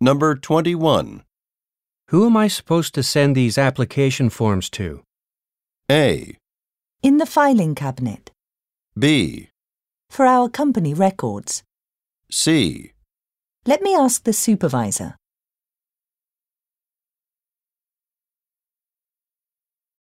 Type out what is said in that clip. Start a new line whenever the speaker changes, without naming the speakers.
Number 21.
Who am I supposed to send these application forms to?
A,
In the filing cabinet.
B,
For our company records.
C.
Let me ask the supervisor.